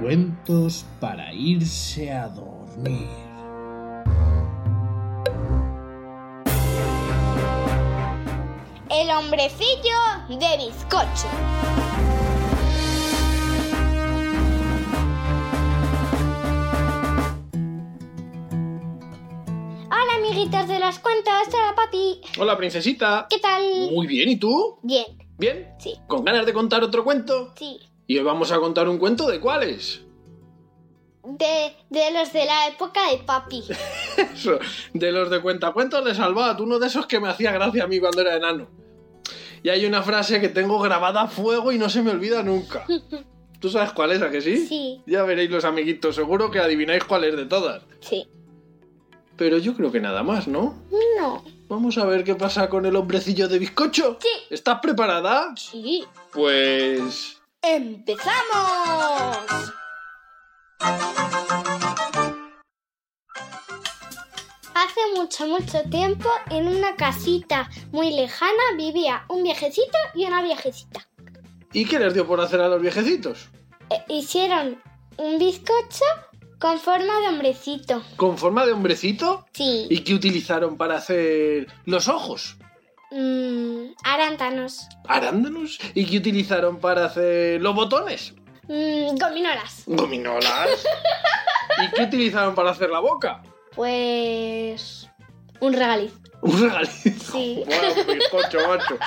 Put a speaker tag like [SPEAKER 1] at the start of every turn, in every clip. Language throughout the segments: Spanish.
[SPEAKER 1] Cuentos para irse a dormir.
[SPEAKER 2] El hombrecillo de bizcocho. Hola, amiguitas de las cuentas, hola, papi.
[SPEAKER 3] Hola, princesita.
[SPEAKER 2] ¿Qué tal?
[SPEAKER 3] Muy bien, ¿y tú?
[SPEAKER 2] Bien,
[SPEAKER 3] ¿Bien?
[SPEAKER 2] sí,
[SPEAKER 3] ¿Con ganas de contar otro cuento?
[SPEAKER 2] sí.
[SPEAKER 3] Y hoy vamos a contar un cuento de cuáles.
[SPEAKER 2] De, de los de la época de papi.
[SPEAKER 3] Eso, de los de cuentacuentos de Salvat, uno de esos que me hacía gracia a mí cuando era enano. Y hay una frase que tengo grabada a fuego y no se me olvida nunca. ¿Tú sabes cuál es, a que sí?
[SPEAKER 2] Sí,
[SPEAKER 3] Ya veréis los amiguitos, seguro que adivináis cuál es de todas.
[SPEAKER 2] sí.
[SPEAKER 3] Pero yo creo que nada más, ¿no?
[SPEAKER 2] No.
[SPEAKER 3] Vamos a ver qué pasa con el hombrecillo de bizcocho.
[SPEAKER 2] Sí.
[SPEAKER 3] ¿Estás preparada?
[SPEAKER 2] Sí.
[SPEAKER 3] Pues...
[SPEAKER 2] ¡Empezamos! Hace mucho, mucho tiempo, en una casita muy lejana vivía un viejecito y una viejecita.
[SPEAKER 3] ¿Y qué les dio por hacer a los viejecitos?
[SPEAKER 2] Eh, hicieron un bizcocho con forma de hombrecito.
[SPEAKER 3] ¿Con forma de hombrecito?
[SPEAKER 2] Sí,
[SPEAKER 3] ¿Y qué utilizaron para hacer los ojos?
[SPEAKER 2] mm, arándanos,
[SPEAKER 3] ¿Arándanos? ¿Y qué utilizaron para hacer los botones?
[SPEAKER 2] mm, gominolas.
[SPEAKER 3] Gominolas. ¿Y qué utilizaron para hacer la boca?
[SPEAKER 2] Pues... un regaliz.
[SPEAKER 3] Un regalizo.
[SPEAKER 2] Sí.
[SPEAKER 3] Guau, bizcocho, macho.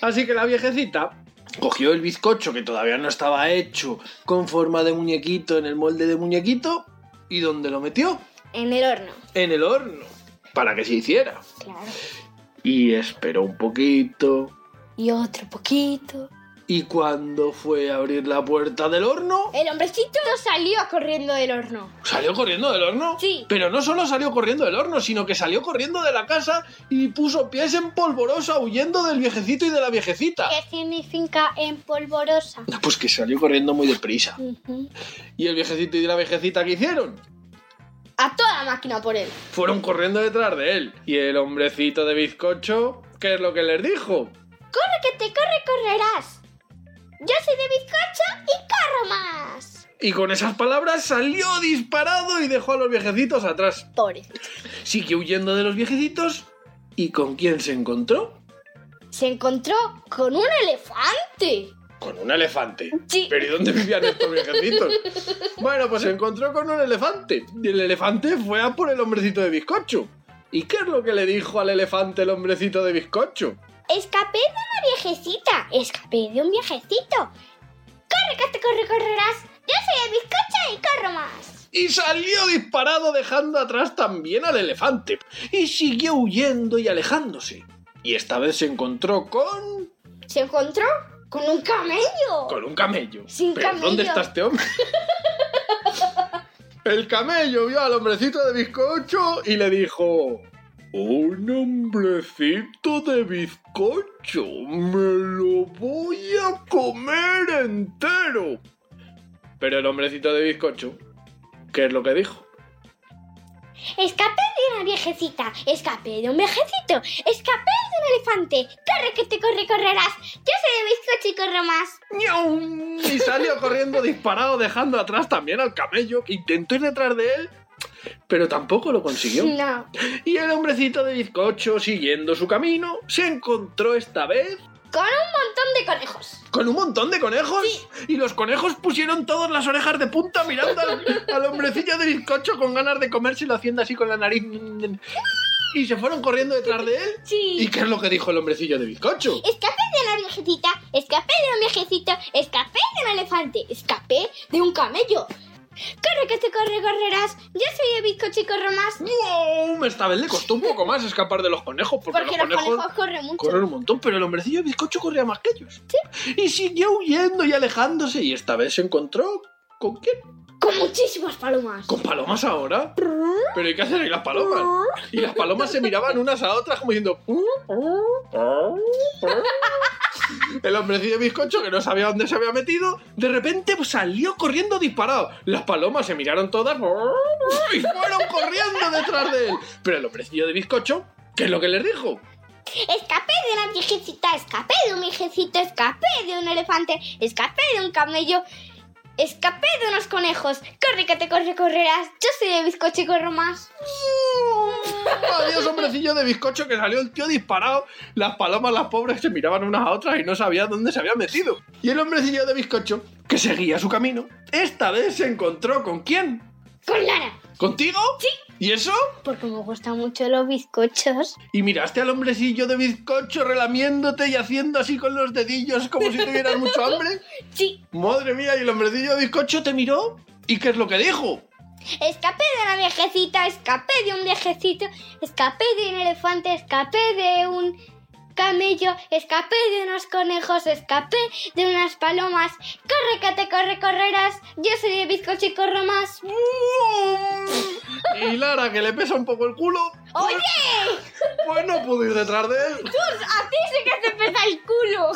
[SPEAKER 3] Así que la viejecita cogió el bizcocho que todavía no estaba hecho con forma de muñequito en el molde de muñequito y ¿dónde lo metió?
[SPEAKER 2] En el horno.
[SPEAKER 3] En el horno, para que se hiciera.
[SPEAKER 2] Claro.
[SPEAKER 3] Y esperó un poquito,
[SPEAKER 2] Y otro poquito.
[SPEAKER 3] Y cuando fue a abrir la puerta del horno,
[SPEAKER 2] El hombrecito salió corriendo del horno.
[SPEAKER 3] salió corriendo del horno.
[SPEAKER 2] Sí.
[SPEAKER 3] Pero no solo salió corriendo del horno, sino que salió corriendo de la casa y puso pies en polvorosa huyendo del viejecito y de la viejecita.
[SPEAKER 2] ¿Qué significa en polvorosa?
[SPEAKER 3] No, Pues que salió corriendo muy deprisa. ¿Y el viejecito y la viejecita qué hicieron?
[SPEAKER 2] A toda máquina por él.
[SPEAKER 3] Fueron corriendo detrás de él. Y el hombrecito de bizcocho, ¿qué es lo que les dijo?
[SPEAKER 2] ¡Corre que te corre, correrás! Yo soy de bizcocho y corro más.
[SPEAKER 3] Y con esas palabras salió disparado y dejó a los viejecitos atrás.
[SPEAKER 2] Pobrecito.
[SPEAKER 3] Siguió huyendo de los viejecitos. ¿Y con quién se encontró?
[SPEAKER 2] Se encontró con un elefante.
[SPEAKER 3] Con un elefante.
[SPEAKER 2] Sí.
[SPEAKER 3] Pero ¿y dónde vivían estos viejecitos? bueno, pues se encontró con un elefante. Y el elefante fue a por el hombrecito de bizcocho. ¿Y qué es lo que le dijo al elefante el hombrecito de bizcocho?
[SPEAKER 2] Escapé de una viejecita. Escapé de un viejecito. ¡Corre que te corre, correrás! Yo soy de bizcocho y corro más.
[SPEAKER 3] Y salió disparado dejando atrás también al elefante. Y siguió huyendo y alejándose. Y esta vez se encontró con...
[SPEAKER 2] Se encontró con un camello.
[SPEAKER 3] con un camello.
[SPEAKER 2] Sin
[SPEAKER 3] ¿Pero
[SPEAKER 2] camello.
[SPEAKER 3] dónde está este hombre? El camello vio al hombrecito de bizcocho y le dijo... Un hombrecito de bizcocho, me lo voy a comer entero. Pero el hombrecito de bizcocho, ¿qué es lo que dijo?
[SPEAKER 2] Escapé de una viejecita, escapé de un viejecito, escapé de un elefante. Corre que te corre, correrás. Yo soy de bizcocho y corro más.
[SPEAKER 3] ¡Miau! Y salió corriendo disparado, dejando atrás también al camello, que intentó ir detrás de él, pero tampoco lo consiguió.
[SPEAKER 2] No,
[SPEAKER 3] Y el hombrecito de bizcocho, siguiendo su camino, se encontró esta vez
[SPEAKER 2] con un montón de conejos.
[SPEAKER 3] con un montón de conejos. Y los conejos pusieron todas las orejas de punta mirando al, al hombrecillo de bizcocho con ganas de comérselo haciendo así con la nariz. Y se fueron corriendo detrás de él. ¿Y
[SPEAKER 2] Sí.
[SPEAKER 3] qué es lo que dijo el hombrecillo de bizcocho?
[SPEAKER 2] Escapé de una viejecita, escapé de un viejecito, escapé de un elefante, escapé de un camello. Corre que te corre, correrás. Yo soy el bizcocho y corro más.
[SPEAKER 3] ¡Wow! Esta vez le costó un poco más escapar de los conejos porque,
[SPEAKER 2] Porque los conejos corren mucho.
[SPEAKER 3] corren un montón, pero el hombrecillo de bizcocho corría más que ellos. Y siguió huyendo y alejándose y esta vez se encontró con quién?
[SPEAKER 2] Con muchísimas palomas.
[SPEAKER 3] Con palomas ahora. Pero ¿y qué hacen ahí las palomas? Y las palomas se miraban unas a otras como diciendo... "Uh, El hombrecillo de bizcocho, que no sabía dónde se había metido, de repente pues, salió corriendo disparado. Las palomas se miraron todas y fueron corriendo detrás de él. Pero el hombrecillo de bizcocho, ¿qué es lo que les dijo?
[SPEAKER 2] Escapé de una viejecita, escapé de un viejecito, escapé de un elefante, escapé de un camello, escapé de unos conejos. Corre que te corre, correrás. Yo soy el bizcocho y corro más.
[SPEAKER 3] Adiós, hombrecillo de bizcocho, que salió el tío disparado. Las palomas, las pobres, se miraban unas a otras y no sabía dónde se había metido. Y el hombrecillo de bizcocho, que seguía su camino, esta vez se encontró con quién?
[SPEAKER 2] Con Lara,
[SPEAKER 3] ¿Contigo? Sí. ¿Y eso?
[SPEAKER 2] porque me gustan mucho los bizcochos.
[SPEAKER 3] Y miraste al hombrecillo de bizcocho relamiéndote y haciendo así con los dedillos como si tuvieras mucho hambre.
[SPEAKER 2] Sí,
[SPEAKER 3] Madre mía, y el hombrecillo de bizcocho te miró. ¿Y qué es lo que dijo?
[SPEAKER 2] escapé de una viejecita, escapé de un viejecito, escapé de un elefante, escapé de un camello, escapé de unos conejos, escapé de unas palomas. Corre que te corre, correrás. Yo soy el bizcocho y corro más.
[SPEAKER 3] Y Lara, que le pesa un poco el culo,
[SPEAKER 2] ¡Oye!
[SPEAKER 3] pues no pudo ir detrás de él.
[SPEAKER 2] Pues a ti sí que te pesa el culo.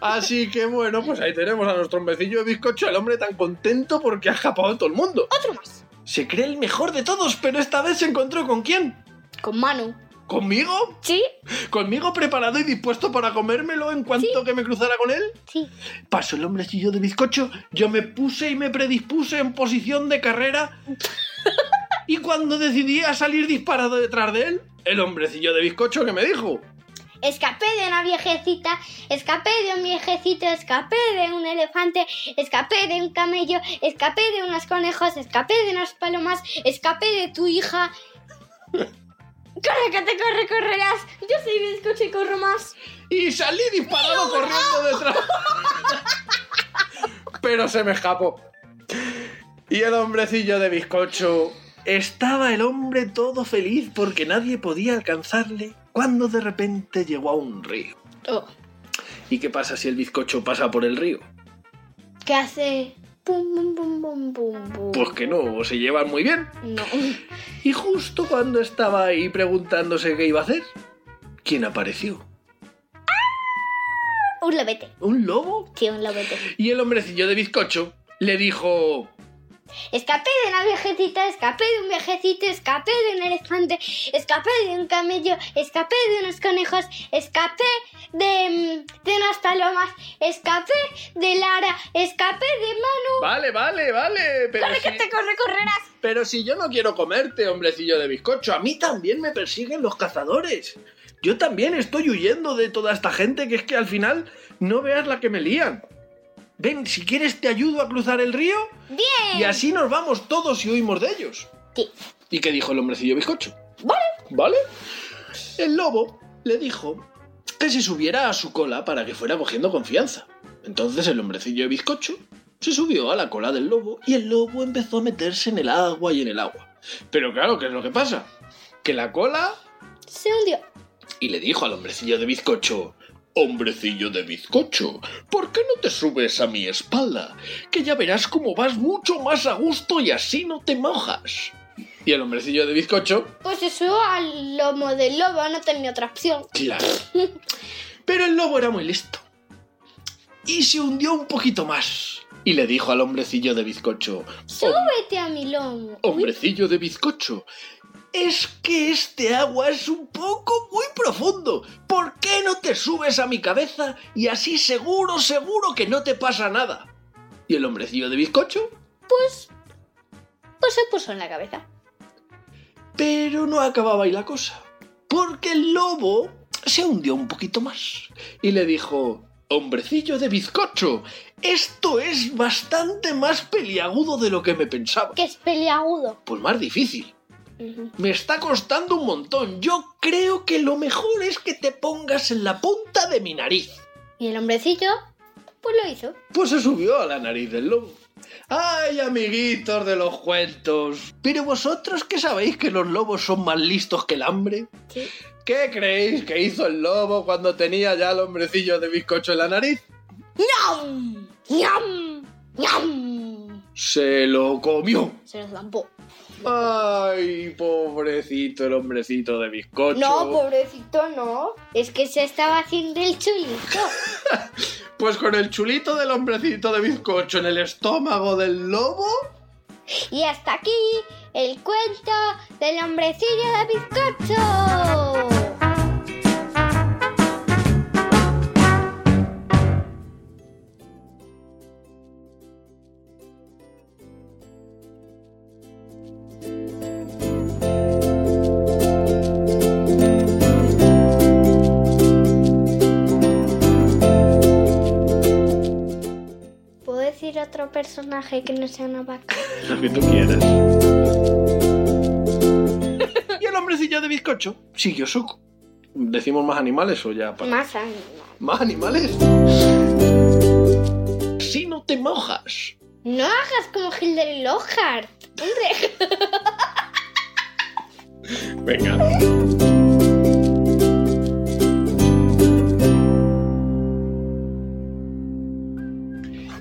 [SPEAKER 3] Así que bueno, pues ahí tenemos a nuestro hombrecillo de bizcocho, el hombre tan contento porque ha escapado de todo el mundo.
[SPEAKER 2] Otro más.
[SPEAKER 3] Se cree el mejor de todos, pero esta vez se encontró con quién.
[SPEAKER 2] Con Manu.
[SPEAKER 3] ¿Conmigo?
[SPEAKER 2] ¿Sí?
[SPEAKER 3] ¿Conmigo preparado y dispuesto para comérmelo en cuanto que me cruzara con él?
[SPEAKER 2] Sí.
[SPEAKER 3] Pasó el hombrecillo de bizcocho, yo me puse y me predispuse en posición de carrera. y cuando decidí a salir disparado detrás de él, el hombrecillo de bizcocho que me dijo.
[SPEAKER 2] Escapé de una viejecita, escapé de un viejecito, escapé de un elefante, escapé de un camello, escapé de unos conejos, escapé de unas palomas, escapé de tu hija. Corre que te corre, correrás. Yo soy bizcocho y corro más.
[SPEAKER 3] Y salí disparado corriendo detrás. Pero se me escapó. Y el hombrecillo de bizcocho. Estaba el hombre todo feliz porque nadie podía alcanzarle cuando de repente llegó a un río.
[SPEAKER 2] Oh,
[SPEAKER 3] ¿Y qué pasa si el bizcocho pasa por el río?
[SPEAKER 2] ¿Qué hace? Pum, pum, pum, pum, pum, pum.
[SPEAKER 3] Pues que no, se llevan muy bien.
[SPEAKER 2] No.
[SPEAKER 3] Y justo cuando estaba ahí preguntándose qué iba a hacer, ¿quién apareció?
[SPEAKER 2] Un lobete.
[SPEAKER 3] ¿Un lobo?
[SPEAKER 2] Sí, un lobete.
[SPEAKER 3] Y el hombrecillo de bizcocho le dijo...
[SPEAKER 2] Escapé de una viejecita, escapé de un viejecito, escapé de un elefante, escapé de un camello, escapé de unos conejos, escapé de, mm, de unas palomas, escapé de Lara, escapé de Manu.
[SPEAKER 3] Vale, vale, vale, pero
[SPEAKER 2] Corre que
[SPEAKER 3] si,
[SPEAKER 2] te corre, correrás.
[SPEAKER 3] pero si yo no quiero comerte, hombrecillo de bizcocho, a mí también me persiguen los cazadores. Yo también estoy huyendo de toda esta gente que es que al final no veas la que me lían. Ven, si quieres te ayudo a cruzar el río
[SPEAKER 2] Bien.
[SPEAKER 3] y así nos vamos todos y huimos de ellos.
[SPEAKER 2] Sí.
[SPEAKER 3] ¿Y qué dijo el hombrecillo bizcocho?
[SPEAKER 2] Vale.
[SPEAKER 3] ¿Vale? El lobo le dijo que se subiera a su cola para que fuera cogiendo confianza. Entonces el hombrecillo de bizcocho se subió a la cola del lobo y el lobo empezó a meterse en el agua y en el agua. Pero claro, ¿qué es lo que pasa? Que la cola...
[SPEAKER 2] Se hundió.
[SPEAKER 3] Y le dijo al hombrecillo de bizcocho... Hombrecillo de bizcocho, ¿por qué no te subes a mi espalda? Que ya verás cómo vas mucho más a gusto y así no te mojas. Y el hombrecillo de bizcocho
[SPEAKER 2] Pues eso al lomo del lobo no tenía otra opción.
[SPEAKER 3] Claro. Pero el lobo era muy listo. Y se hundió un poquito más. Y le dijo al hombrecillo de bizcocho.
[SPEAKER 2] Oh.
[SPEAKER 3] "Hom-
[SPEAKER 2] Súbete a mi lomo.
[SPEAKER 3] Hombrecillo de bizcocho. Es que este agua es un poco muy profundo. ¿Por qué no te subes a mi cabeza y así seguro, seguro que no te pasa nada? Y el hombrecillo de bizcocho
[SPEAKER 2] Pues, pues se puso en la cabeza.
[SPEAKER 3] Pero no acababa ahí la cosa, porque el lobo se hundió un poquito más y le dijo, hombrecillo de bizcocho, esto es bastante más peliagudo de lo que me pensaba.
[SPEAKER 2] Que es peleagudo.
[SPEAKER 3] Pues más difícil.
[SPEAKER 2] Ujú.
[SPEAKER 3] Me está costando un montón. Yo creo que lo mejor es que te pongas en la punta de mi nariz.
[SPEAKER 2] Y el hombrecillo, pues lo hizo.
[SPEAKER 3] Pues se subió a la nariz del lobo. ¡Ay, amiguitos de los cuentos! Pero vosotros que sabéis que los lobos son más listos que el hambre.
[SPEAKER 2] Sí.
[SPEAKER 3] ¿Qué creéis que hizo el lobo cuando tenía ya el hombrecillo de bizcocho en la nariz?
[SPEAKER 2] ¡Ñam! ¡Ñam! ¡Ñam!
[SPEAKER 3] Se lo comió.
[SPEAKER 2] Se los zampó.
[SPEAKER 3] Ay, pobrecito el hombrecito de bizcocho.
[SPEAKER 2] No, pobrecito, no. Es que se estaba haciendo el chulito.
[SPEAKER 3] Pues con el chulito del hombrecito de bizcocho en el estómago del lobo.
[SPEAKER 2] Y hasta aquí el cuento del hombrecillo de bizcocho. ¿Puedo decir otro personaje que no sea una vaca?
[SPEAKER 3] Lo que tú quieras. y el hombrecillo de bizcocho siguió su... ¿Decimos más animales o ya? para-
[SPEAKER 2] Más animal.
[SPEAKER 3] ¿Más animales? Si no te mojas.
[SPEAKER 2] No hagas como Hilder Lohart. Hombre.
[SPEAKER 3] Venga.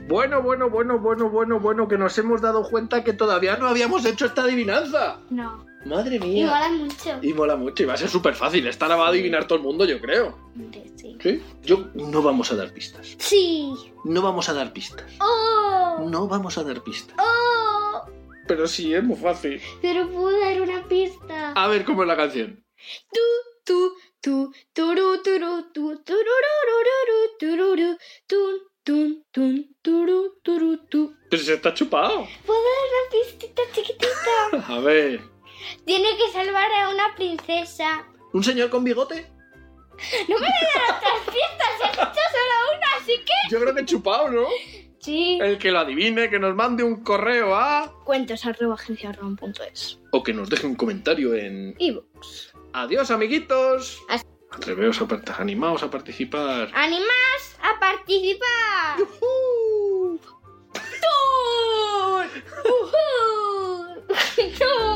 [SPEAKER 3] Bueno, bueno, bueno, bueno, bueno, bueno, que nos hemos dado cuenta que todavía no habíamos hecho esta adivinanza.
[SPEAKER 2] No.
[SPEAKER 3] Madre mía.
[SPEAKER 2] Me mola mucho.
[SPEAKER 3] Y mola mucho y va a ser súper fácil. Esta la va a adivinar todo el mundo, yo creo.
[SPEAKER 2] Hombre, sí.
[SPEAKER 3] ¿Sí? Yo no vamos a dar pistas.
[SPEAKER 2] Sí.
[SPEAKER 3] No vamos a dar pistas.
[SPEAKER 2] ¡Oh!
[SPEAKER 3] No vamos a dar pistas.
[SPEAKER 2] ¡Oh!
[SPEAKER 3] Pero sí, es muy fácil.
[SPEAKER 2] Pero puedo dar una pista.
[SPEAKER 3] A ver cómo es la canción.
[SPEAKER 2] Tú, tú, tú, turu, turu, tú, turururururu, tururu, tun, tun, tun, turu, turu, tú.
[SPEAKER 3] Pero se está chupado.
[SPEAKER 2] ¿Puedo dar una pistita chiquitita?
[SPEAKER 3] A ver.
[SPEAKER 2] Tiene que salvar a una princesa.
[SPEAKER 3] ¿Un señor con bigote?
[SPEAKER 2] No me voy a dar otras pistas, he hecho solo una, así que...
[SPEAKER 3] Yo creo que chupado, ¿no?
[SPEAKER 2] Sí.
[SPEAKER 3] El que lo adivine, que nos mande un correo a...
[SPEAKER 2] Cuentos arroba agenciarom.es.
[SPEAKER 3] O que nos deje un comentario en...
[SPEAKER 2] Y
[SPEAKER 3] Adiós, amiguitos.
[SPEAKER 2] As-
[SPEAKER 3] Atreveos a participar. Animaos a participar.
[SPEAKER 2] animás a participar.
[SPEAKER 3] ¡Yujú!
[SPEAKER 2] ¡Tun! ¡Ujú! ¡Tun!